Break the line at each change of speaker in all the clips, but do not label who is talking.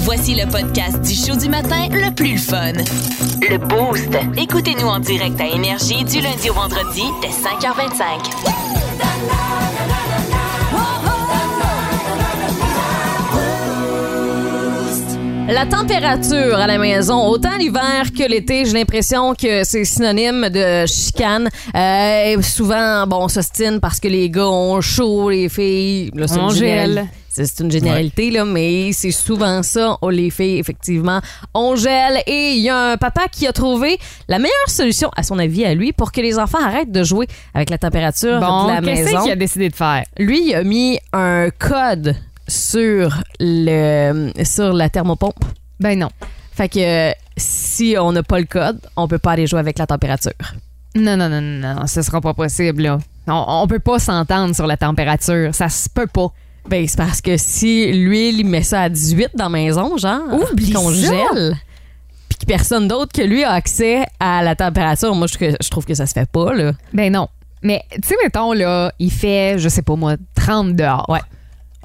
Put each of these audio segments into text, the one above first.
Voici le podcast du show du matin le plus le fun. Le Boost. Écoutez-nous en direct à Énergie du lundi au vendredi dès 5h25.
La température à la maison, autant l'hiver que l'été, j'ai l'impression que c'est synonyme de chicane. Euh, et souvent, bon, on s'ostine parce que les gars ont chaud, les filles, là, c'est
On
une
gèle.
général- c'est c'est une généralité, là, mais c'est souvent ça. On les filles, effectivement, on gèle. Et il y a un papa qui a trouvé la meilleure solution, à son avis, à lui, pour que les enfants arrêtent de jouer avec la température de la
Bon,
maison
qu'est-ce qu'il a décidé de faire?
lui il a mis un code sur le sur la thermopompe.
Ben non.
Fait que si on n'a pas le code, on peut pas aller jouer avec la température.
Non, non, non, non, non, ce sera pas possible, là. On, on peut pas s'entendre sur la température. Ça se peut pas.
Ben c'est parce que si lui il met ça à 18 dans la maison, genre
Oublie
qu'on
ça!
gèle. Puis que personne d'autre que lui a accès à la température. Moi, je, je trouve que ça se fait pas, là.
Ben non. Mais, tu sais, mettons, là, il fait, je sais pas moi, 30 dehors.
Ouais.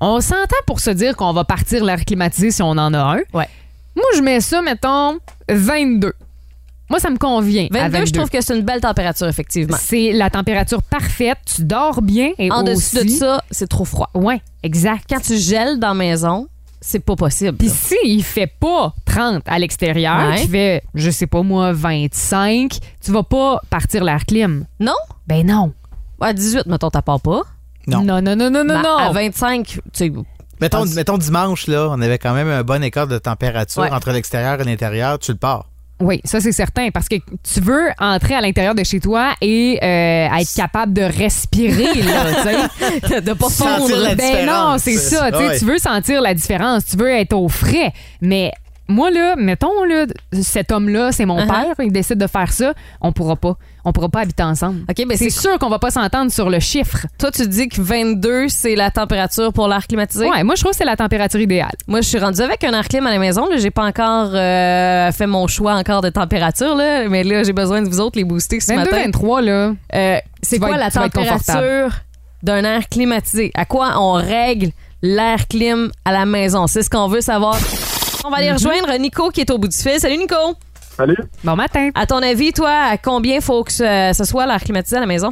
On s'entend pour se dire qu'on va partir l'air climatisé si on en a un.
Ouais.
Moi, je mets ça, mettons, 22. Moi, ça me convient. à
22, je trouve que c'est une belle température, effectivement.
c'est la température parfaite. Tu dors bien et
En
aussi...
dessous de ça, c'est trop froid.
Ouais, exact.
Quand tu gèles dans la maison, c'est pas possible.
Puis si il fait pas 30 à l'extérieur,
Ouais.
qui fait, je sais pas moi, 25, tu vas pas partir l'air clim.
Non?
Ben non.
À 18, mettons, t'as pas pas.
Non.
Non, Bah, non, non, non, non,
Ben,
non.
À 25, tu sais,
Mettons,
Pense-
mettons dimanche, là, on avait quand même un bon écart de température
Ouais.
entre l'extérieur et l'intérieur. Tu le pars.
Oui, ça c'est certain, parce que tu veux entrer à l'intérieur de chez toi et euh, être capable de respirer, là, tu sais.
de pas
Sentir
fondre.
la
Ben
différence.
non, c'est ça. tu sais,
Ouais.
Tu veux sentir la différence, tu veux être au frais. Mais moi, là, mettons, là, cet homme-là, c'est mon
Uh-huh.
père, il décide de faire ça, on pourra pas. On pourra pas habiter ensemble.
OK, ben
C'est
c'est
sûr qu'on va pas s'entendre sur le chiffre.
Toi, tu dis que 22, c'est la température pour l'air climatisé.
Ouais, moi, je trouve que c'est la température idéale.
Moi, je suis rendue avec un air clim à la maison. Là, j'ai pas encore euh, fait mon choix encore de température, là, mais là, j'ai besoin de vous autres les booster ce matin.
22-23, là.
Euh, c'est
Tu vas
quoi
être-
la
tu vas être
température d'un air climatisé? À quoi on règle l'air clim à la maison? C'est ce qu'on veut savoir. On va
Mm-hmm.
aller rejoindre Nico qui est au bout du fil. Salut Nico!
Salut.
Bon matin.
À ton avis, toi, à combien faut que ce, ce soit l'air climatisé à la maison?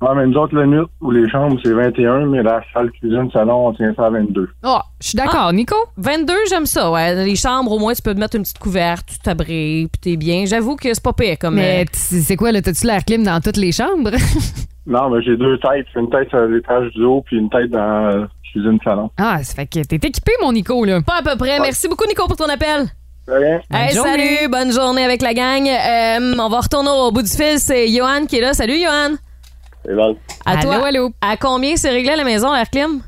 Ouais, mais nous autres, le nuit ou les chambres, c'est 21, mais la salle cuisine, salon, on tient ça à 22.
Oh, je suis d'accord, Nico.
22, j'aime ça. Ouais. Les chambres, au moins, tu peux te mettre une petite couverte, tu t'abris, puis t'es bien. J'avoue que c'est pas pire comme. euh,
Mais t- c'est quoi, là? T'as-tu l'air clim dans toutes les chambres?
Non, mais j'ai deux têtes. Une tête sur l'étage du haut, puis une tête dans la cuisine, salon.
ah, ça fait que t'es équipé, mon Nico, là.
euh, pas à peu près. Merci beaucoup, Nico, pour ton appel.
Rien.
Bonne
Hey,
journée.
salut, bonne journée avec la gang. Euh, on va retourner au bout du fil. C'est Johan qui est là. Salut, Johan.
C'est bon.
À
allô,
toi.
allô.
À combien c'est réglé à la maison, l'air clim?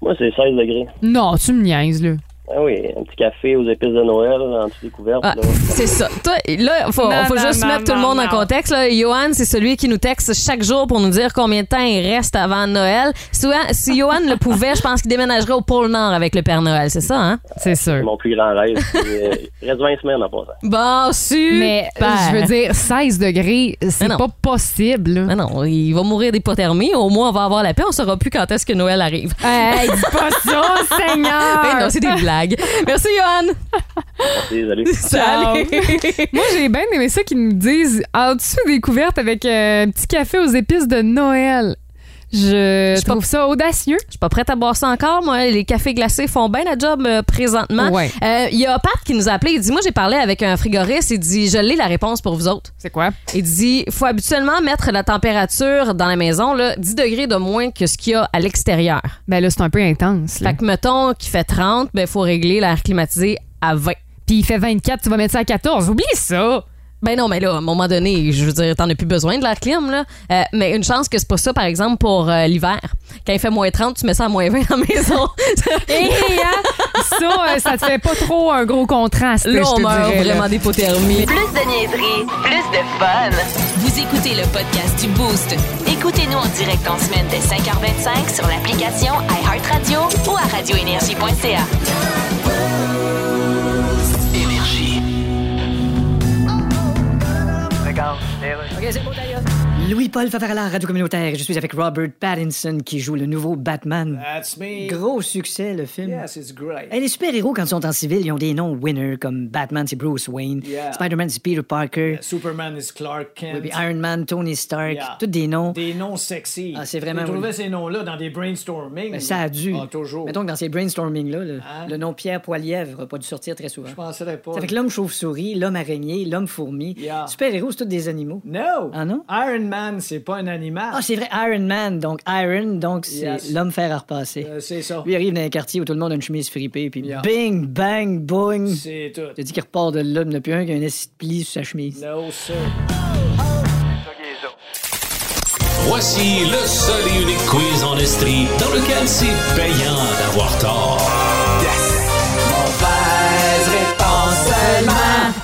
Moi, c'est 16 degrés.
Non, tu me niaises, là.
Ah oui, un petit café aux épices de Noël, en dessous des couvertes.
Ah,
là.
c'est ça. Toi, là, faut,
Non,
faut
non,
juste
non,
mettre tout le
non,
monde en
non.
contexte. là. Johan, c'est celui qui nous texte chaque jour pour nous dire combien de temps il reste avant Noël. Si, si Johan le pouvait, je pense qu'il déménagerait au pôle Nord avec le Père Noël, c'est ça, hein?
C'est
C'est
sûr.
mon plus grand rêve. Puis, euh, il reste 20 semaines en passant.
Bon, super.
Mais euh, je veux dire, 16 degrés, c'est
Mais non.
pas possible. là.
Ah non, il va mourir d'hypothermie. Au moins, on va avoir la paix. On saura plus quand est-ce que Noël arrive.
Hey, dis pas ça, Seigneur!
Ben non, c'est des blagues. Merci, Johan.
Désolé.
Salut.
Moi, j'ai bien aimé ça qu'ils nous disent en dessous des couvertes avec euh, un petit café aux épices de Noël. Je,
Je
trouve ça audacieux.
Je suis pas prête à boire ça encore, moi. Les cafés glacés font bien la job euh, présentement.
Ouais.
Euh, Il y a Pat qui nous a appelé. Il dit Moi, j'ai parlé avec un frigoriste. Il dit Je l'ai la réponse pour vous autres.
C'est quoi?
Il dit faut habituellement mettre la température dans la maison, là, 10 degrés de moins que ce qu'il y a à l'extérieur.
Ben là, c'est un peu intense. là.
Fait que, mettons, qu'il fait 30, ben, faut régler l'air climatisé à 20.
Puis il fait 24, tu vas mettre ça à 14. Oublie ça!
Ben non, mais là, à un moment donné, je veux dire, t'en as plus besoin de l'air clim, là. Euh, mais une chance que c'est pas ça, par exemple, pour euh, l'hiver. Quand il fait moins 30, tu mets ça à moins 20 dans la maison.
Et
hein?
ça, euh, ça te fait pas trop un gros contraste.
là,
je
on
te
meurt
dirais, là.
vraiment d'hypothermie.
Plus de niaiserie, plus de fun. Vous écoutez le podcast du Boost. Écoutez-nous en direct en semaine dès 5h25 sur l'application iHeartRadio ou à radioénergie.ca.
Ok, c'est bon, d'ailleurs.
Louis Paul Favarala, Radio Communautaire. Je suis avec Robert Pattinson qui joue le nouveau Batman.
That's me.
Gros succès, le film.
Yes, it's great.
Hey, les super-héros, quand ils sont en civil, ils ont des noms winners comme Batman, c'est Bruce Wayne.
Yeah.
Spider-Man, c'est Peter Parker.
Superman is Clark Kent.
Oui, puis Iron Man, Tony Stark.
Yeah.
Tous des noms.
Des noms sexy.
Ah, c'est vraiment-
Je trouvais ces noms-là dans des brainstorming.
Mais ça a dû.
Ah, toujours.
Mettons que dans ces brainstorming-là, le,
Hein?
le nom Pierre Poilièvre n'a pas dû sortir très souvent.
Je penserais pas.
C'est avec l'homme chauve-souris, l'homme araignée, l'homme fourmi.
Yeah.
Super-héros, c'est tous des animaux.
No.
Ah, non?
Iron Man, c'est pas un animal.
Ah, c'est vrai, Iron Man, donc Iron, donc c'est
Yes.
l'homme fer à repasser.
Euh, c'est ça.
Lui il arrive dans un quartier où tout le monde a une chemise fripée, puis
Yeah.
bing, bang, boing.
C'est tout.
T'as dit qu'il repart de là, il n'y en a plus un qui a un acide pli sur sa chemise.
No, sir.
Voici le seul et unique quiz en Estrie dans lequel c'est payant d'avoir tort.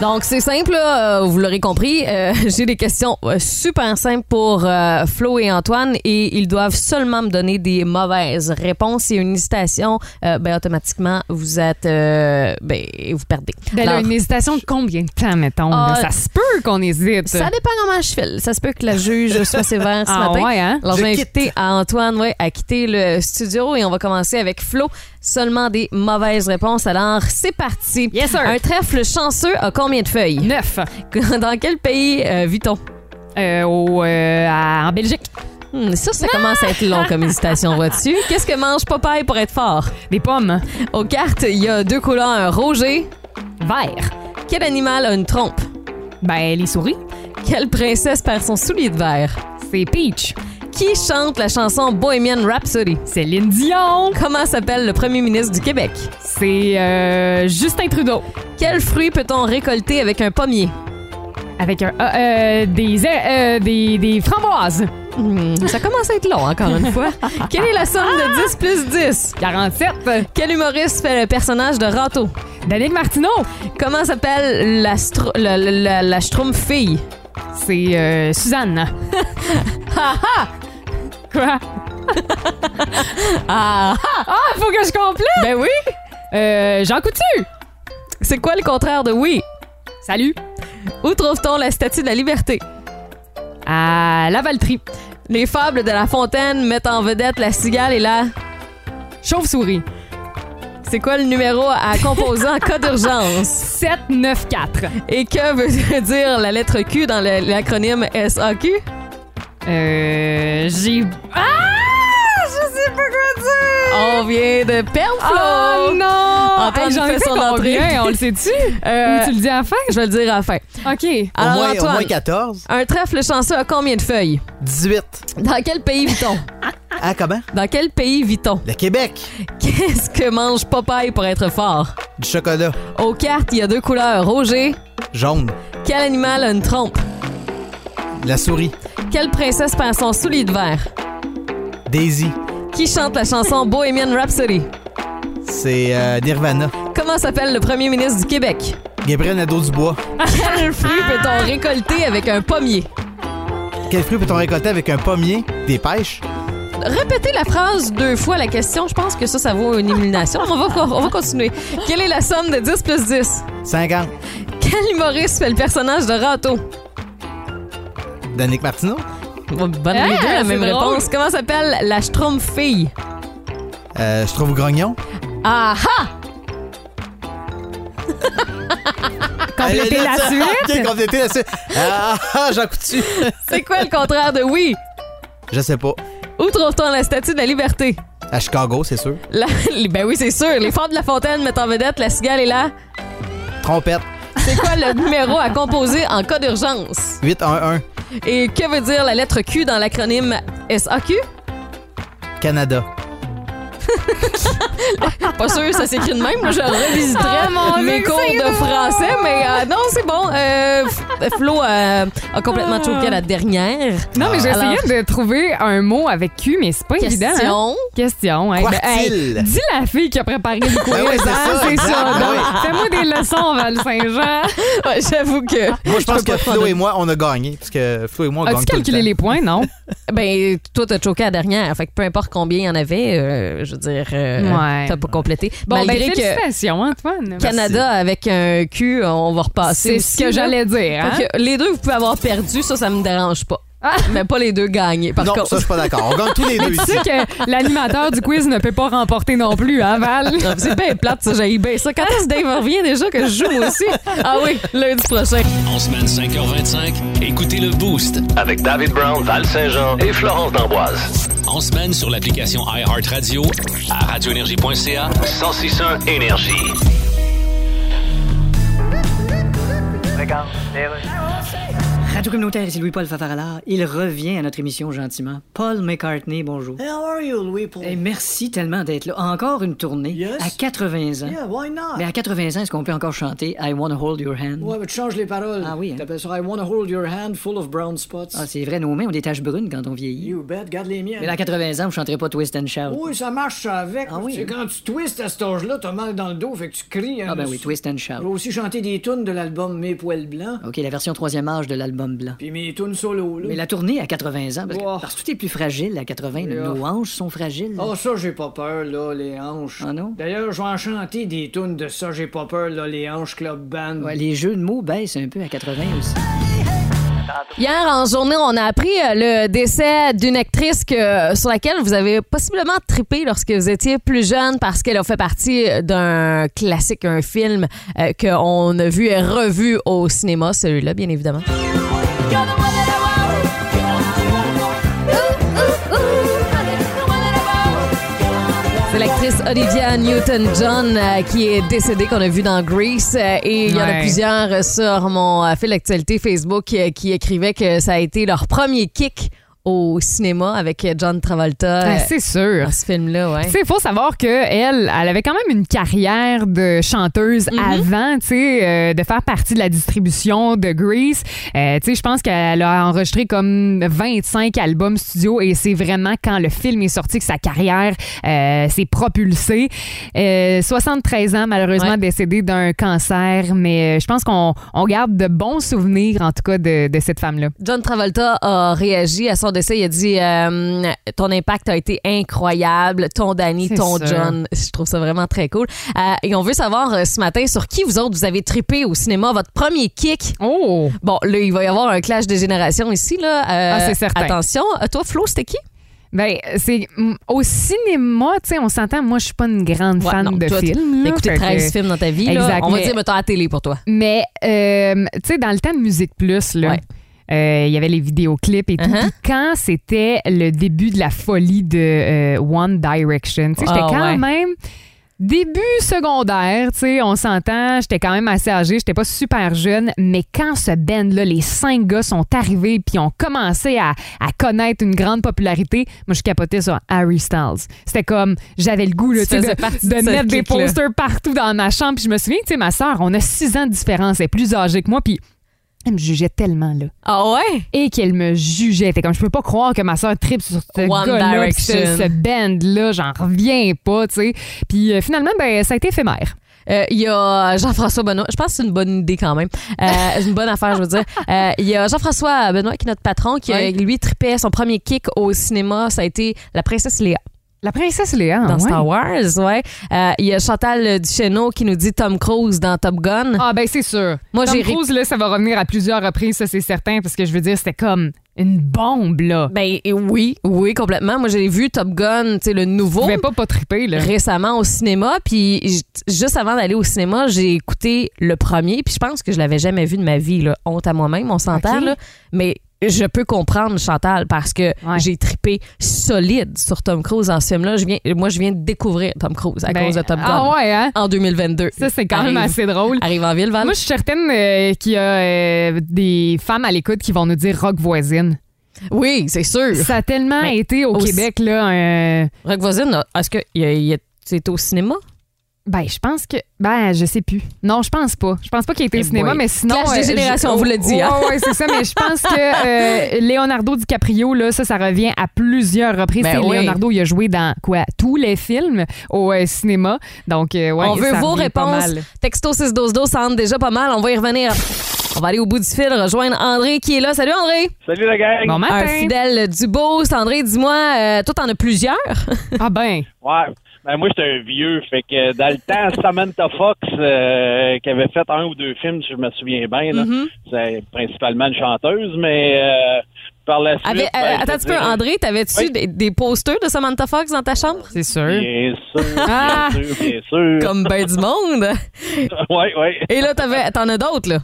Donc, c'est simple, là, euh, vous l'aurez compris. euh, J'ai des questions euh, super simples pour euh, Flo et Antoine et ils doivent seulement me donner des mauvaises réponses. S'il y a une hésitation, euh, ben, automatiquement, vous êtes. euh, ben, vous perdez.
Ben là,
Alors,
une hésitation de combien de temps, mettons? là?
Ah,
ça se peut qu'on hésite.
ça dépend comment je file. Ça se peut que la juge soit sévère ce
ah
matin.
ouais, hein?
Alors,
Je
j'ai
quitte.
invité à Antoine ouais, à quitter le studio et on va commencer avec Flo. Seulement des mauvaises réponses. Alors, c'est parti.
Yes, sir.
Un trèfle chanceux a combien de feuilles?
Neuf.
Dans quel pays euh, vit-on?
Euh, au, euh, à- en Belgique.
Hmm, ça, ça commence à être long comme hésitation, vois-tu? Qu'est-ce que mange Popeye pour être fort?
Des pommes.
Aux cartes, il y a deux couleurs, rouge et...
Vert.
Quel animal a une trompe?
Ben, les souris.
Quelle princesse perd son soulier de verre?
C'est Peach.
Qui chante la chanson Bohemian Rhapsody?
Céline Dion.
Comment s'appelle le premier ministre du Québec?
C'est euh, Justin Trudeau.
Quel fruit peut-on récolter avec un pommier?
Avec un. ah, euh, des, euh, des, des framboises.
Hmm, ça commence à être long, encore une fois. Quelle est la somme de 10 plus 10?
47.
Quel humoriste fait le personnage de Rato?
Daniel Martineau.
Comment s'appelle la, stro- la, la, la- la schtroumpfille?
C'est euh, Suzanne. Quoi?
Ah!
Ah, faut que je complète!
Ben oui!
Euh, Jean Coutu.
C'est quoi le contraire de oui?
Salut.
Où trouve-t-on la statue de la liberté?
À Lavaltrie.
Les fables de la fontaine mettent en vedette la cigale et la...
Chauve-souris.
C'est quoi le numéro à composer en cas d'urgence?
794.
Et que veut dire la lettre Q dans le- l'acronyme SAQ?
Euh, j'ai. Ah! Je sais pas quoi dire!
On vient de perdre Flo!
Oh non!
Antoine
j'en
fait
ai fait
son
combien,
entrée.
On le sait-tu?
Euh,
Ou tu le dis à la fin?
Je vais le dire à la fin.
OK.
Au
Alors,
moins, au
Antoine,
moins 14.
un trèfle chanceux a combien de feuilles?
18.
Dans quel pays vit-on?
Ah, comment?
Dans quel pays vit-on?
Le Québec.
Qu'est-ce que mange Popeye pour être fort?
Du chocolat.
Aux cartes, il y a deux couleurs, rouge et...
Jaune.
Quel animal a une trompe?
La souris.
Quelle princesse perd son soulier de verre?
Daisy.
Qui chante la chanson Bohemian Rhapsody?
C'est euh, Nirvana.
Comment s'appelle le premier ministre du Québec?
Gabriel Nadeau-Dubois.
Quel fruit peut-on récolter avec un pommier?
Quel fruit peut-on récolter avec un pommier? Des pêches?
Répétez la phrase deux fois la question. Je pense que ça, ça vaut une élimination. On va, on va continuer. Quelle est la somme de 10 plus 10?
50.
Quel humoriste fait le personnage de Rato?
Danick Martineau?
Bonne
Ah,
les deux, la
c'est
même
drôle.
réponse. Comment s'appelle la Schtroumpf-fille?
Euh, je trouve grognon.
Ah ah!
Complétez
Allez,
la
là,
suite.
OK, complétez la suite. Ah, ah, j'en coutu.
C'est quoi le contraire de oui?
Je sais pas.
Où trouve-t-on la statue de la liberté?
À Chicago, c'est sûr.
La- ben oui, c'est sûr. Les femmes de la fontaine mettent en vedette la cigale est là.
Trompette.
C'est quoi le numéro à composer en cas d'urgence?
811.
Et que veut dire la lettre Q dans l'acronyme SAQ?
Canada.
Pas sûr, ça s'écrit de même. Moi, je
Ah, mon
revisiterai
Dieu,
mes
que
cours
c'est
de
drôle!
français, mais euh, non, c'est bon. Euh, F- Flo euh, a
Ah.
complètement choqué à la dernière
Non, mais j'essayais
Alors-
de trouver un mot avec Q, mais c'est pas évident. hein.
question.
Question. hein.
Quartile.
dis la fille qui a préparé le quiz.
Ben oui, c'est
hein,
ça,
c'est
exact.
ça.
Ben
Donc,
oui.
Fais-moi des leçons, Val-Saint-Jean.
Ouais, J'avoue que.
Moi, je pense
peux
que
pas
Flo
prendre-
et moi, on a gagné. Parce que Flo et moi, on
Ah,
gagne
As-tu
tout le
calculé
temps.
les points, non?
Ben, toi, t'as choqué à la dernière. Fait que peu importe combien il y en avait, euh, je veux dire, euh,
Ouais.
t'as pas complété.
Bon,
Malgré
ben,
que
félicitations, Antoine.
Canada avec un Q, on va repasser.
C'est
aussi,
ce que
là.
j'allais dire. hein. Ah.
Fait que les deux, vous pouvez avoir perdu. Ça, ça me dérange pas. mais pas les deux gagnés, par
non,
contre.
ça, je suis pas d'accord. On gagne tous les deux
Tu sais
ici.
que l'animateur du quiz ne peut pas remporter non plus, hein, Val?
Non, Ah, C'est bien plate, ça. J'ai bien ça. Quand est-ce que Dave revient déjà que je joue moi aussi? Ah oui, lundi prochain.
En semaine 5h25, écoutez le Boost.
Avec David Brown, Val Saint-Jean et Florence D'Amboise.
En semaine sur l'application
Oh.
iHeartRadio à radioénergie.ca.
1061 Énergie.
Radio communautaire, ici Louis-Paul Favarala. Il revient à notre émission gentiment. Paul McCartney, bonjour.
How are you, Louis Paul?
Et merci tellement d'être là. Encore une tournée
Yes.
à 80 ans.
Yeah, why not?
Mais à 80 ans, est-ce qu'on peut encore chanter I Wanna Hold Your Hand?
Ouais, mais tu changes les paroles.
Ah oui, hein.
T'appelles ça I wanna hold your hand full of brown spots.
Ah, c'est vrai, nos mains ont des taches brunes quand on vieillit.
you bet, garde les
Mais
miennes.
à 80 ans, vous chanterez pas Twist and Shout.
Oui, ça marche ça avec.
Ah oui.
C'est quand tu twistes à cet âge-là, t'as mal dans le dos, fait que tu cries. hein.
Ah ben oui, Twist and Shout.
J'ai aussi chanté des tunes de l'album Mes poils blancs,
OK, la version troisième âge de l'album blanc.
puis mes tunes solo, là.
Mais la tournée à 80 ans, parce que,
Oh.
parce que tout est plus fragile à 80,
Yeah.
nos hanches sont fragiles.
Ah, ça, j'ai pas peur, là, les hanches.
Ah non?
D'ailleurs, je vais en chanter des tunes de ça, j'ai pas peur, là, les hanches club band.
Ouais, les jeux de mots baissent un peu à 80 aussi.
Hier, en journée, on a appris euh, le décès d'une actrice que, euh, sur laquelle vous avez possiblement trippé lorsque vous étiez plus jeune parce qu'elle a fait partie euh, d'un classique, un film euh, qu'on a vu et revu au cinéma, celui-là, bien évidemment. C'est l'actrice Olivia Newton-John euh, qui est décédée, qu'on a vu dans Grease. euh, et il y en a
Ouais.
plusieurs euh, sur mon euh, fil d'actualité Facebook euh, qui écrivaient que ça a été leur premier kick au cinéma avec euh, John Travolta
Ah,
euh,
c'est sûr.
dans ce film-là. Ouais.
Tu sais, faut savoir que elle, elle avait quand même une carrière de chanteuse
Mhm.
avant, tu sais, euh, de faire partie de la distribution de Grease. Euh, tu sais, je pense qu'elle a enregistré comme 25 albums studio et c'est vraiment quand le film est sorti que sa carrière euh, s'est propulsée. Euh, 73 ans, malheureusement,
Ouais.
décédée d'un cancer, mais euh, je pense qu'on on garde de bons souvenirs, en tout cas, de, de cette femme-là.
John Travolta a réagi à son décès. Il a dit euh, Ton impact a été incroyable. Ton Danny,
C'est
ton
sûr.
John. Je trouve ça vraiment très cool. Euh, et on veut savoir euh, ce matin sur qui vous autres vous avez trippé au cinéma, votre premier kick.
Oh!
Bon, là, il va y avoir un clash des générations ici. Là. Euh,
Ah, c'est certain.
Attention. Euh, Toi, Flo, c'était qui
Ben, c'est mm, au cinéma, tu sais, on s'entend. Moi, je suis pas une grande
Ouais,
fan
non,
de
toi,
films.
T'as
là,
écouté
fait
13
que-
films dans ta vie. là.
Exact,
on va
mais-
dire, mettons, à la télé pour toi.
Mais, euh, tu sais, dans le temps de Musique Plus, là. euh,
Ouais.
Il y avait les vidéoclips et tout.
Uh-huh.
Puis quand c'était le début de la folie de euh, One Direction, tu sais, j'étais
Ah,
quand
ouais.
même début secondaire, tu sais, on s'entend, j'étais quand même assez âgée, j'étais pas super jeune, mais quand ce band-là, les cinq gars sont arrivés puis ont commencé à, à connaître une grande popularité, moi, je capotais sur Harry Styles. C'était comme, j'avais le goût, là,
Tu
tu sais,
faisais
de,
partie
de
de ce
mettre des
clique-là.
posters partout dans ma chambre. Puis je me souviens, tu sais, ma soeur, on a six ans de différence, elle est plus âgée que moi, puis elle me jugeait tellement, là
Ah ouais?
et qu'elle me jugeait. Fait comme je peux pas croire que ma soeur tripe sur ce
One
gars-là, pis
Direction.
ce, ce band-là, j'en reviens pas, tu sais. Puis euh, finalement, ben ça a été éphémère.
Euh, Il y a Jean-François Benoît. Je pense que c'est une bonne idée quand même. Euh, une bonne affaire, je veux dire. Euh, Il y a Jean-François Benoît, qui est notre patron, qui
Ouais.
euh, lui tripait son premier kick au cinéma. Ça a été La Princesse Léa
La princesse Léa,
dans
Ah ouais.
Star Wars. ouais. Euh, Il y a Chantal Duchesneau qui nous dit Tom Cruise dans Top Gun.
Ah ben c'est sûr.
Moi,
Tom
j'ai ri-
Cruise, là, ça va revenir à plusieurs reprises, ça c'est certain, parce que je veux dire, c'était comme une bombe, là.
Ben et oui, oui, complètement. Moi, j'ai vu Top Gun, tu sais, le
Je
nouveau.
pouvais pas pas triper, là.
récemment au cinéma puis j- juste avant d'aller au cinéma j'ai écouté le premier puis je pense que je l'avais jamais vu de ma vie là. honte à moi-même on s'entend
Ok.
là mais je peux comprendre Chantal parce que
Ouais.
j'ai tripé solide sur Tom Cruise dans ce film là je viens moi je viens de découvrir Tom Cruise à
Ben,
cause de Top Gun
Ah ouais, hein?
en 2022
Ça, c'est quand même
Arrive-
assez drôle.
arrive en ville Val
Moi, je suis certaine euh, qu'il y a euh, des femmes à l'écoute qui vont nous dire rock voisine.
oui c'est sûr
Ça a tellement
Mais
été au
aussi-
Québec, là, un,
Rock voisine est-ce que il y a- il y a- c'est au cinéma
Ben, je pense que. Ben, je sais plus. Non, je pense pas. Je pense pas qu'il ait été
Eh
au cinéma,
boy.
mais sinon. euh,
Clash des
je-
générations, on vous l'a dit,
Ouais,
hein.
ouais, c'est ça, mais je pense que euh, Leonardo DiCaprio, là, ça, ça revient à plusieurs reprises.
Ben
Tu sais,
oui.
Leonardo, il a joué dans, quoi, tous les films au euh, cinéma. Donc, euh, ouais,
on veut
ça
vos
revient pas
réponses.
mal.
Texto 612 ça entre déjà pas mal. On va y revenir. On va aller au bout du fil, rejoindre André qui est là. Salut André!
Salut la gang!
Bon
Un
matin.
fidèle du beau. André, dis-moi, euh, toi, t'en as plusieurs?
Ah, ben.
Ouais. Ben moi, j'étais un vieux. Fait que dans le temps, Samantha Fox, euh, qui avait
Mm-hmm.
fait un ou deux films, si je me souviens bien, là, c'est principalement une chanteuse, mais euh,
Par la suite.
Avait-
ben,
euh, attends
je
un
te
petit peu,
dirais-
André, t'avais-tu des, des posters de Samantha Fox dans ta chambre?
C'est sûr.
Bien sûr,
Ah!
bien sûr, bien sûr.
Comme ben du monde.
Oui, oui.
Et là, t'avais- t'en as d'autres, là.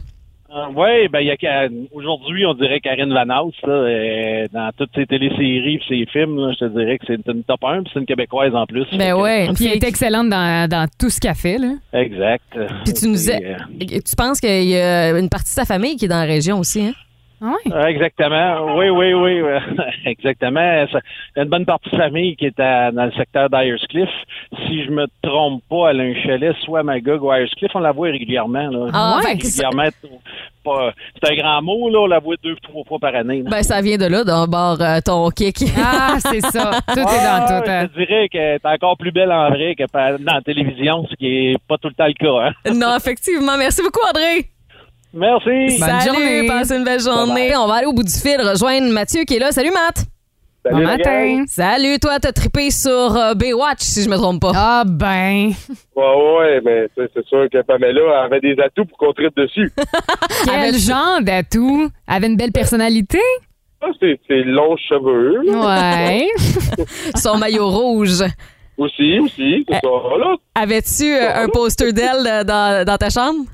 Oui, ben, il y a qu'à- aujourd'hui, on dirait Karine Vanasse, là, euh, dans toutes ses téléséries et ses films, là, je te dirais que c'est une- une top 1, puis c'est une Québécoise en plus.
Ben ouais. Puis elle est excellente dans, dans tout ce qu'elle fait, là.
Exact.
Puis euh, tu nous disais, tu penses qu'il y a une partie de sa famille qui est dans la région aussi, hein?
Ah,
Euh, Exactement. Oui, oui, oui. Exactement. Ça- Il y a une bonne partie de famille qui est à- dans le secteur d'Ayerscliff. Si je me trompe pas, elle a un chalet soit à Magog ou à Ayerscliff. On la voit régulièrement. Là.
Ah, ouais.
régulièrement. pas- C'est un grand mot. Là. On la voit deux ou trois fois par année. là.
Ben, ça vient de là, d'un bord euh, ton kick.
Ah, c'est ça. Tout est dans
Ah,
tout. hein.
Je te dirais qu'elle est encore plus belle en vrai que par- dans la télévision, ce qui est pas tout le temps le cas. hein.
Non, effectivement. Merci beaucoup, André.
Merci.
Salut, passe une belle journée. On va aller au bout du fil rejoindre Mathieu qui est là. Salut, Matt.
Bon matin.
Salut, toi, t'as trippé sur euh, Baywatch, si je me trompe pas.
Ah, ben.
Ouais, ouais, mais tu sais, c'est sûr que Pamela avait des atouts pour qu'on traite dessus.
Quel genre d'atout? Elle avait une belle personnalité?
Ça, c'est c'est longs cheveux.
Ouais.
Son maillot rouge.
Aussi, aussi,
Eh.
c'est ça. Voilà.
Avais-tu euh,
Oh.
un poster d'elle euh, dans, dans ta chambre?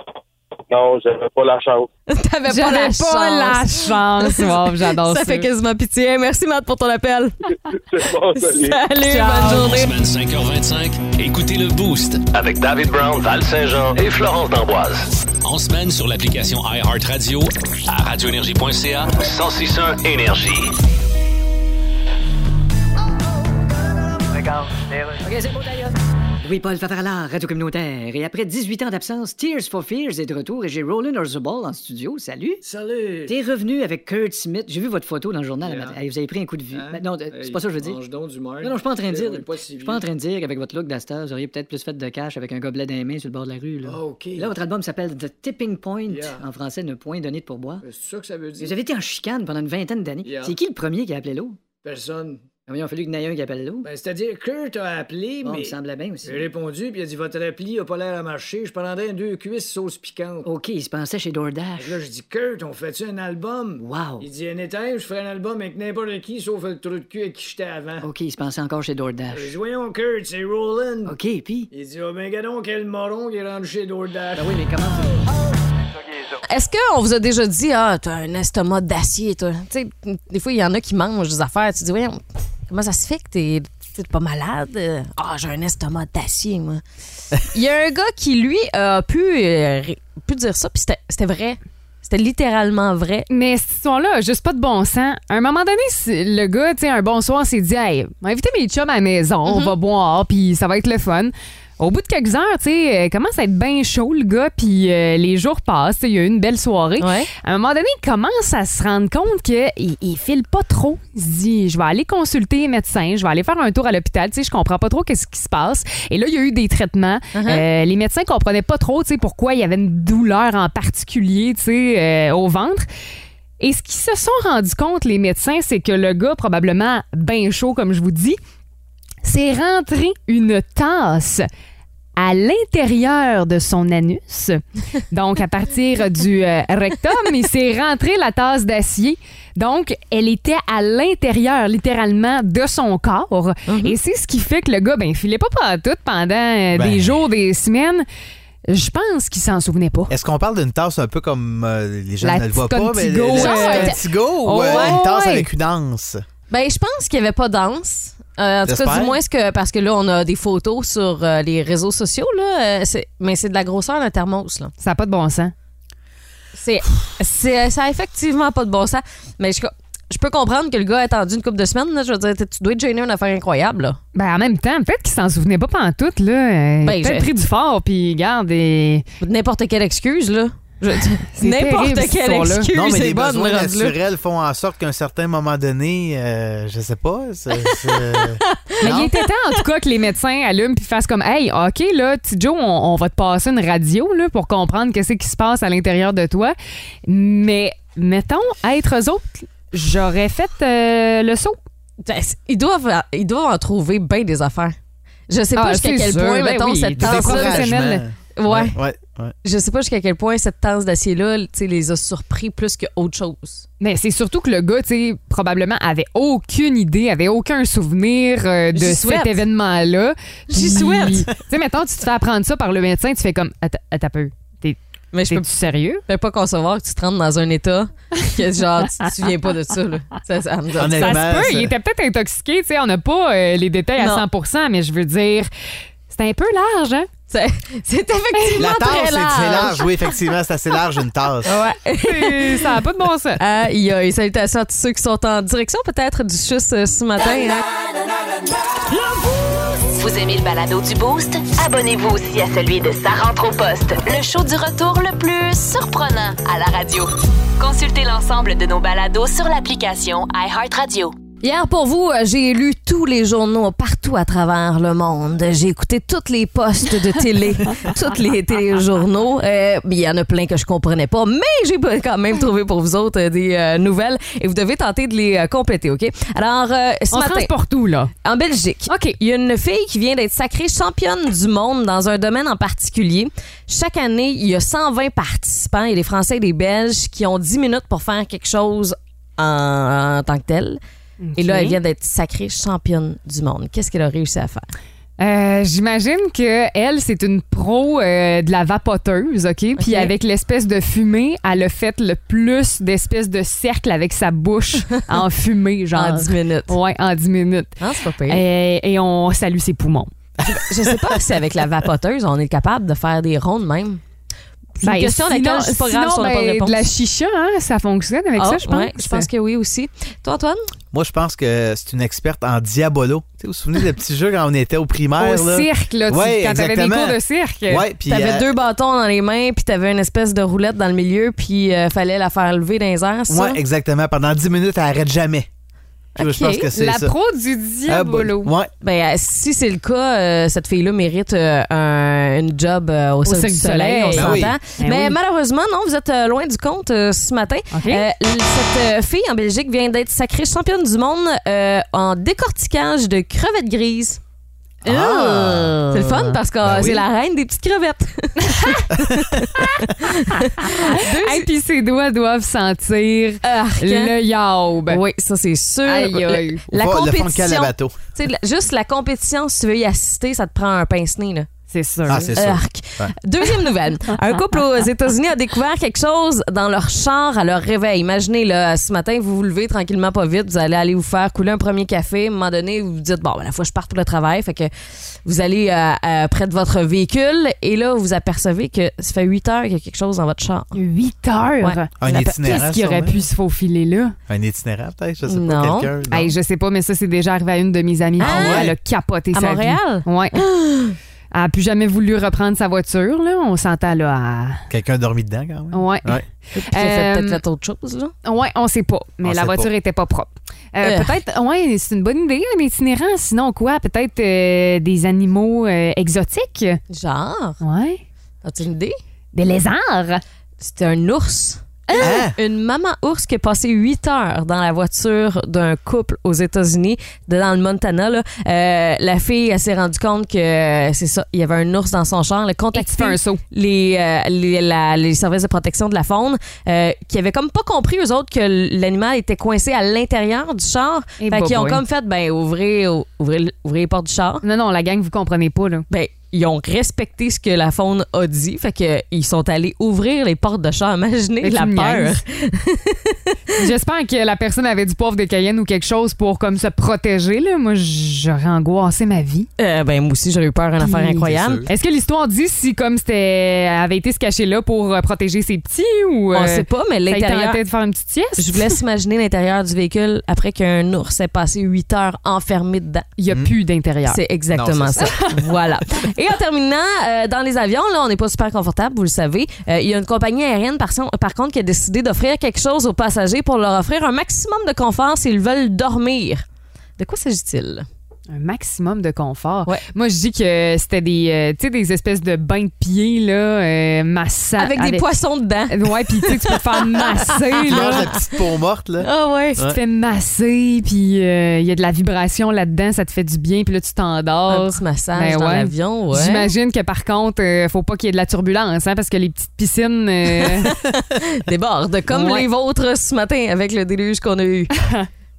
Non, j'avais pas la chance.
T'avais pas la
J'avais
chance.
pas la chance. Wow, j'adore ça.
Ça fait quasiment pitié. Merci, Matt, pour ton appel.
Ah, C'est bon,
salut. bonne journée.
En semaine 5h25, écoutez le Boost.
Avec David Brown, Val Saint-Jean et Florence d'Amboise.
En semaine sur l'application iHeartRadio à radioénergie.ca.
1061 Énergie.
Louis-Paul Favarala, Radio Communautaire. Et après 18 ans d'absence, Tears for Fears est de retour et j'ai Roland Orzabal en studio. Salut.
Salut.
T'es revenu avec Kurt Smith. J'ai vu votre photo dans le journal. le matin. Hey, vous avez pris un coup de vue. Mais non, euh, c'est pas ça que je veux dire.
Hein? Mange donc du
Non, non, je suis pas en train de dire.
On est pas si
Je suis pas en train de dire qu'avec votre look d'Astor, vous auriez peut-être plus fait de cash avec un gobelet dans les mains sur le bord de la rue. Là,
Ah, OK.
là votre album s'appelle The Tipping Point.
Yeah.
En français, ne point donner de pourboire.
vieux. Ben, C'est ça que ça veut dire?
Vous avez été en chicane pendant une vingtaine d'années.
Yeah.
C'est qui le premier qui a appelé l'eau?
Personne.
Ah, mais Il a fallu qu'il y en ait un qui appelle l'eau.
Ben, c'est-à-dire, Kurt a appelé,
Bon, il
mais.
me semblait bien aussi.
J'ai répondu, puis il a dit Votre appli a pas l'air à marcher, je prendrais un deux cuisses sauce piquante.
OK, il se pensait chez DoorDash.
Fait que Là, je dis Kurt, on fait-tu un album
Wow.
Il dit Un étage, je ferai un album avec n'importe qui, sauf le trou de cul avec qui j'étais avant.
OK, il se pensait encore chez DoorDash.
Je dis Voyons, Kurt, c'est Roland.
OK, puis.
Il dit Oh, ben, gars donc, quel moron qui est rendu chez DoorDash.
Ben oui, mais comment ça?
Est-ce qu'on vous a déjà dit, ah, t'as un estomac d'acier, toi? Tu sais, des fois, il y en a qui mangent des affaires. Tu dis, voyons, comment ça se fait que t'es t'es pas malade? Euh, Ah, j'ai un estomac d'acier, moi. Il y a un gars qui, lui, a pu, euh, ré- pu dire ça, puis c'était- c'était vrai. C'était littéralement vrai.
Mais cette histoire-là a juste pas de bon sens. À un moment donné, c'est- le gars, tu sais, un bon soir, s'est dit Hey, on va inviter mes chums à la maison,
Mm-hmm.
on va boire, puis ça va être le fun. Au bout de quelques heures, tu sais, euh, commence à être bien chaud, le gars, puis euh, les jours passent, tu sais, il y a eu une belle soirée.
Ouais.
À un moment donné, il commence à se rendre compte qu'il il file pas trop. Il se dit Je vais aller consulter les médecins, je vais aller faire un tour à l'hôpital, tu sais, je comprends pas trop qu'est-ce qui se passe. Et là, il y a eu des traitements. Euh, les médecins comprenaient pas trop, tu sais, pourquoi il y avait une douleur en particulier, tu sais, euh, au ventre. Et ce qu'ils se sont rendus compte, les médecins, c'est que le gars, probablement bien chaud, comme je vous dis, s'est rentré une tasse à l'intérieur de son anus. Donc, à partir du euh, rectum, il s'est rentré la tasse d'acier. Donc, elle était à l'intérieur, littéralement, de son corps. Et c'est ce qui fait que le gars, ben, il filait pas partout pendant euh,
Ben.
des jours, des semaines. Je pense qu'il s'en souvenait pas.
Est-ce qu'on parle d'une tasse un peu comme euh, les gens
La
ne le voient
petite
pas, mais
Contigo,
le- le-
euh,
le Contigo ou
Oh,
euh,
ouais.
une tasse
Ouais.
avec une anse?
Ben, je pense qu'il n'y avait pas d'anse. Euh, en tout cas,
J'espère.
du moins, ce que, parce que là, on a des photos sur euh, les réseaux sociaux, là, euh, c'est- mais c'est de la grosseur d'un thermos. Là.
Ça n'a pas de bon sens.
C'est, c'est, ça a effectivement pas de bon sens. Mais je, je peux comprendre que le gars a attendu une couple de semaines. là. je veux dire, t- tu dois être gêné une affaire incroyable. Là.
Ben, en même temps, peut-être qu'il s'en souvenait pas pantoute, là. Euh,
Ben,
peut-être
je-
pris du fort, puis garde, et...
N'importe quelle excuse, là. Je veux dire,
C'est
n'importe
terrible,
quelle
ce son-là.
excuse
non, mais les
est bonne.
besoins
rendu là.
naturels font en sorte qu'à un certain moment donné, euh, je sais pas, c'est- c'est-
Mais
Non?
il était temps, en tout cas, que les médecins allument puis fassent comme Hey, OK, là, petit Joe, on, on va te passer une radio là, pour comprendre qu'est-ce qui se passe à l'intérieur de toi. Mais mettons, être eux autres, j'aurais fait euh, le saut.
Ben, c'est- Ils doivent, ils doivent en trouver bien des affaires. Je sais pas
Ah,
jusqu'à
c'est
quel
sûr,
point,
ben
mettons,
oui,
cette
des
tasse-là.
professionnels.
Ouais.
Ouais, ouais.
Je sais pas jusqu'à quel point cette tasse d'acier-là tu sais, les a surpris plus qu'autre chose.
Mais c'est surtout que le gars, tu sais, probablement avait aucune idée, avait aucun souvenir euh, de
J'y souhaite.
cet événement-là.
J'y
Puis,
souhaite.
Tu sais, mettons, tu te fais apprendre ça par le médecin, tu fais comme, attends, attends peu. T'es,
Mais je
t'es-tu sérieux?
Je peux pas concevoir que tu te rentres dans un état que genre tu te souviens pas de ça. Là. Ça, ça me donne-
Ça se peut, il était peut-être intoxiqué, tu sais, on n'a pas euh, les détails
Non.
à 100%, mais je veux dire, c'est un peu large, hein?
C'est effectivement
La tasse,
très
c'est c'est
large.
large. Oui, effectivement, c'est assez large une tasse.
Ouais. Euh,
ça n'a pas de bon sens.
Aïe, aïe, salutations à tous ceux qui sont en direction peut-être du chus euh, ce matin. hein.
Vous aimez le balado du Boost? Abonnez-vous aussi à celui de Sa rentre au poste, le show du retour le plus surprenant à la radio. Consultez l'ensemble de nos balados sur l'application iHeartRadio.
Hier, pour vous, euh, j'ai lu tous les journaux partout à travers le monde. J'ai écouté tous les postes de télé, tous les téléjournaux. Euh, Il y en a plein que je comprenais pas, mais j'ai quand même trouvé pour vous autres euh, des euh, nouvelles et vous devez tenter de les euh, compléter, OK? Alors, euh, ce
On se
matin...
transporte où, là?
En Belgique. OK. Il y a une fille qui vient d'être sacrée championne du monde dans un domaine en particulier. Chaque année, il y a 120 participants et les Français et les Belges qui ont 10 minutes pour faire quelque chose en, en tant que tel. Et là, elle vient d'être sacrée championne du monde. Qu'est-ce qu'elle a réussi à faire?
Euh, J'imagine que elle, c'est une pro euh, de la vapoteuse, OK? Puis avec l'espèce de fumée, elle a fait le plus d'espèces de cercles avec sa bouche en fumée, genre. oh. Eh,
En 10 minutes.
Ouais, en 10 minutes.
Non, c'est pas pire.
Et, et on salue ses poumons.
Je sais pas si avec la vapoteuse, on est capable de faire des rondes même. C'est une
Ben,
question à laquelle
sinon-
je suis pas grave
sinon,
si on n'a pas de
ben,
réponse.
de la chicha, hein, ça fonctionne avec
Ah,
ça, je pense.
ouais, je pense que oui aussi. Toi, Antoine?
Moi, je pense que c'est une experte en diabolo. Tu sais, vous vous souvenez des petits jeux quand on était au primaire?
Au
là?
cirque, là, tu-
Ouais,
quand t'avais des
exactement.
cours de cirque.
Ouais, puis,
T'avais
euh,
deux bâtons dans les mains, puis t'avais une espèce de roulette dans le milieu, puis euh, fallait la faire lever dans les airs, c'est
Ouais,
ça?
exactement. Pendant 10 minutes, elle arrête jamais. Je- Je pense que c'est ça.
du
diabolo. Ah, bah, ouais.
Ben, euh, si c'est le cas, euh, cette fille-là mérite euh, un une job euh, au, Cirque du Soleil, on
Ben
s'entend.
oui. Ben
Mais
oui.
malheureusement, non, vous êtes euh, loin du compte euh, ce matin.
Ah,
Euh, l- cette euh, fille en Belgique vient d'être sacrée championne du monde euh, en décortiquage de crevettes grises. Euh,
Ah!
C'est le fun parce que
Ah! Ben
euh, c'est
oui.
la reine des petites crevettes.
Et puis ses doigts doivent sentir le yaoube.
Euh, Oui, ça c'est sûr.
Aïe, aïe.
Le- La
Va- le
compétition.
foncal à bateau.
Tu sais, la- juste la compétition, si tu veux y assister, ça te prend un pince-nez. là.
C'est sûr.
Ah, c'est ça.
Arc. Deuxième nouvelle. Un couple aux États-Unis a découvert quelque chose dans leur char à leur réveil. Imaginez, là, ce matin, vous vous levez tranquillement, pas vite, vous allez aller vous faire couler un premier café. À un moment donné, vous vous dites, bon, ben, la fois, je pars pour le travail. Fait que vous allez euh, euh, près de votre véhicule et là, vous apercevez que ça fait 8 heures qu'il y a quelque chose dans votre char.
8 heures?
Un itinéraire,
Qu'est-ce qui aurait
sûrement.
pu se faufiler là?
Un itinéraire, peut-être? Je sais pas,
Non.
quelqu'un. non.
Hey, je sais pas, mais ça, c'est déjà arrivé à une de mes amies.
Ah ouais?
Elle a capoté
À
sa
Montréal?
vie. Ouais. Elle a plus jamais voulu reprendre sa voiture, là. On s'entend là
Quelqu'un a dormi dedans, quand
à. Ouais.
même? Ouais.
elle a peut-être fait
autre chose, là. Ouais, on sait pas. Mais
On
la
sait
voiture
pas.
était pas propre. Euh,
Euh.
Peut-être, ouais, c'est une bonne idée, un itinérant. Sinon, quoi? Peut-être euh, des animaux euh, exotiques?
Genre?
Ouais.
As-tu une idée?
Des lézards?
C'était un ours.
Ah!
Une maman ours qui a passé 8 heures dans la voiture d'un couple aux États-Unis, de- dans le Montana. là. Euh, la fille, elle s'est rendue compte que euh, c'est ça, il y avait un ours dans son champ. Elle a contacté
un saut.
Les, euh, les, la- les services de protection de la faune euh, qui avaient comme pas compris eux autres que l'animal était coincé à l'intérieur du char.
Eh,
fait qu'ils ont
boboy.
comme fait, ben ouvrez, ouvrez, ouvrez les portes du char.
Non, non, la gang, vous comprenez pas, là.
Ben, ils ont respecté ce que la faune a dit. Fait que ils sont allés ouvrir les portes de char. Imaginez
Mais tu
la
me
peur.
niaises. J'espère que la personne avait du poivre de Cayenne ou quelque chose pour comme se protéger. Là. Moi, j'aurais angoissé ma vie.
Euh, ben, moi aussi, j'aurais eu peur, une affaire
Puis-
incroyable.
Est-ce que l'histoire dit si comme c'était avait été se cacher là pour euh, protéger ses petits ou
On
euh,
sait pas, mais
ça lui
Oh, l'intérieur-
tentait de faire une petite sieste.
Je vous laisse imaginer l'intérieur du véhicule après qu'un ours ait passé 8 heures enfermé dedans.
Il n'y a plus d'intérieur.
C'est exactement
Ah. Non,
ça.
c'est
voilà. Et en terminant, euh, dans les avions, là, on n'est pas super confortable, vous le savez. Euh, Il y a une compagnie aérienne, par, son- par contre, qui a décidé d'offrir quelque chose aux passagers pour leur offrir un maximum de confort s'ils veulent dormir. De quoi s'agit-il?
un maximum de confort. Moi, je dis que c'était des, euh, tu sais, des espèces de bains de pieds, là, euh, massa-
Avec des poissons dedans.
Ouais, puis tu sais, tu peux te faire masser,
Tu manges
là.
Ah!
la petite peau morte, là.
Ah ouais, tu te fais masser, puis euh, il y a de la vibration là-dedans, ça te fait du bien, puis là, tu t'endors.
Un petit massage dans l'avion, Oh, ben ouais.
J'imagine que par contre, euh, faut pas qu'il y ait de la turbulence, hein, parce que les petites piscines... euh,
Déborde, comme
Ouais.
les vôtres ce matin avec le déluge qu'on a eu.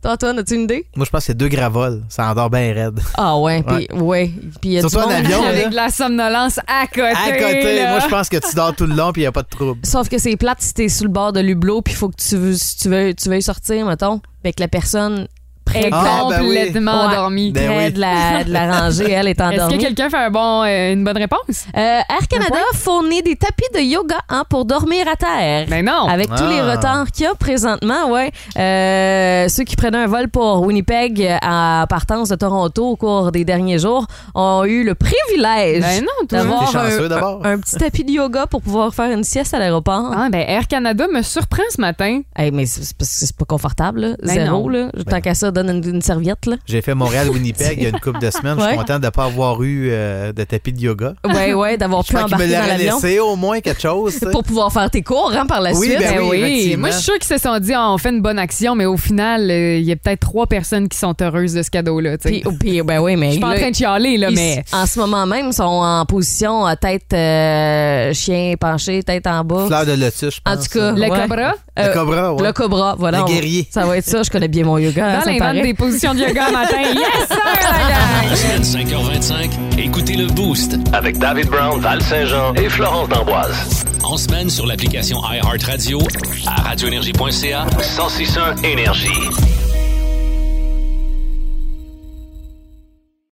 Toi, Antoine, as-tu une idée?
Moi, je pense que c'est deux gravoles. Ça endort bien raide.
Ah ouais, puis ouais. Puis il y a du
Surtout en
monde-
avion, là.
avec de la somnolence à côté.
À côté,
là.
moi, je pense que tu dors tout le long puis il n'y a pas de trouble.
Sauf que c'est plate si t'es sous le bord de l'hublot puis faut que tu veux, si tu veux, tu veux sortir, mettons, mais que la personne
Est
Ah, ben oui.
complètement
Ouais.
endormie.
Près de, la, de la rangée, elle est endormie. Euh,
Est-ce que quelqu'un fait un bon, euh, une bonne réponse?
Air Canada fournit des tapis de yoga hein, pour dormir à terre.
Mais non!
Avec tous les
Ah.
retards qu'il y a présentement, ouais. Euh, ceux qui prenaient un vol pour Winnipeg euh, à partance de Toronto au cours des derniers jours ont eu le privilège
Ben non, toi.
d'avoir
T'es chanceux
un,
d'abord.
un- un petit tapis de yoga pour pouvoir faire une sieste à l'aéroport.
Ah, ben Air Canada me surprend ce matin.
mais c'est c'est parce que c'est pas confortable, là.
Ben
Zéro,
non.
là. Tant qu'à ça, donne une, une serviette, là.
J'ai fait Montréal-Winnipeg il y a une couple de semaines. Je
Ouais.
suis content de ne pas avoir eu euh, de tapis de yoga.
Ouais, ouais, d'avoir
Je
pu
crois qu'il me
embarquer dans
l'aurait
l'avion.
laissé au moins quelque chose. tu sais.
Pour pouvoir faire tes cours, hein, par la
Oui,
suite.
ben oui, effectivement.
Moi, je suis sûre qu'ils se sont dit, Ah, on fait une bonne action, mais au final, euh, il y a peut-être trois personnes qui sont heureuses de ce cadeau-là. tu sais.
Puis, puis, ben oui, mais.
Je suis pas en
là,
train de chialer, là,
ils-
mais.
En ce moment même, ils sont en position euh, tête euh, chien penché, tête en bas.
Fleur de lotus, je pense.
En tout cas,
Le
ouais.
cobra?
Euh,
hein, Le cobra, ouais.
Le cobra, voilà.
Le
on-
guerrier.
Ça va être ça, je connais bien mon yoga. hein,
Val
ça me
invente
paraît.
des positions de yoga le matin. Yes, sir, la gang!
En semaine 5h25, écoutez le Boost.
Avec David Brown, Val Saint-Jean et Florence D'Amboise.
En semaine sur l'application iHeartRadio à radioénergie.ca.
1061 Énergie.